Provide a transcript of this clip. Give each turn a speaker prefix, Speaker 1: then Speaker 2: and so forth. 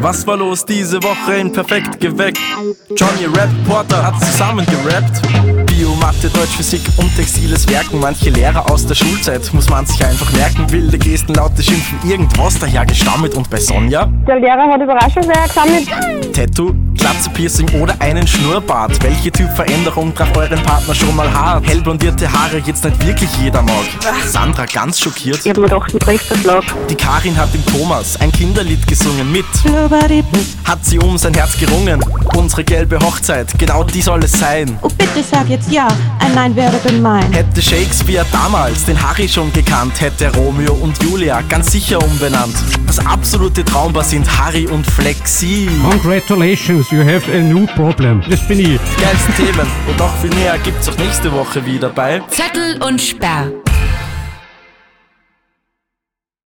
Speaker 1: Was war los diese Woche in Perfekt geweckt? Johnny Rap Porter hat zusammen gerappt. Bio, Mathe, Deutsch, Physik und textiles Werken. Manche Lehrer aus der Schulzeit muss man sich einfach merken. Wilde Gesten, laute Schimpfen, irgendwas daher gestammelt. Und bei Sonja?
Speaker 2: Der Lehrer hat Überraschungseier gesammelt.
Speaker 1: Tattoo, Glatze-Piercing oder einen Schnurrbart. Welche Typveränderung traf euren Partner schon mal hart? Hellblondierte Haare jetzt nicht wirklich jeder mag. Sandra ganz schockiert.
Speaker 2: Ich hab mir gedacht, ein Trichterschlag.
Speaker 1: Die Karin hat dem Thomas ein Kinderlied gesungen mit. Hat sie um sein Herz gerungen. Unsere gelbe Hochzeit, genau die soll es sein.
Speaker 3: Oh, bitte sag jetzt ja, ein Nein wäre gemein.
Speaker 1: Hätte Shakespeare damals den Harry schon gekannt, hätte er Romeo und Julia ganz sicher umbenannt. Das absolute Traumpaar sind Harry und Flexi.
Speaker 4: Congratulations, you have a new problem. Das bin ich.
Speaker 1: Die geilsten Themen und noch viel mehr gibt's auch nächste Woche wieder bei
Speaker 5: Zettel und Sperr.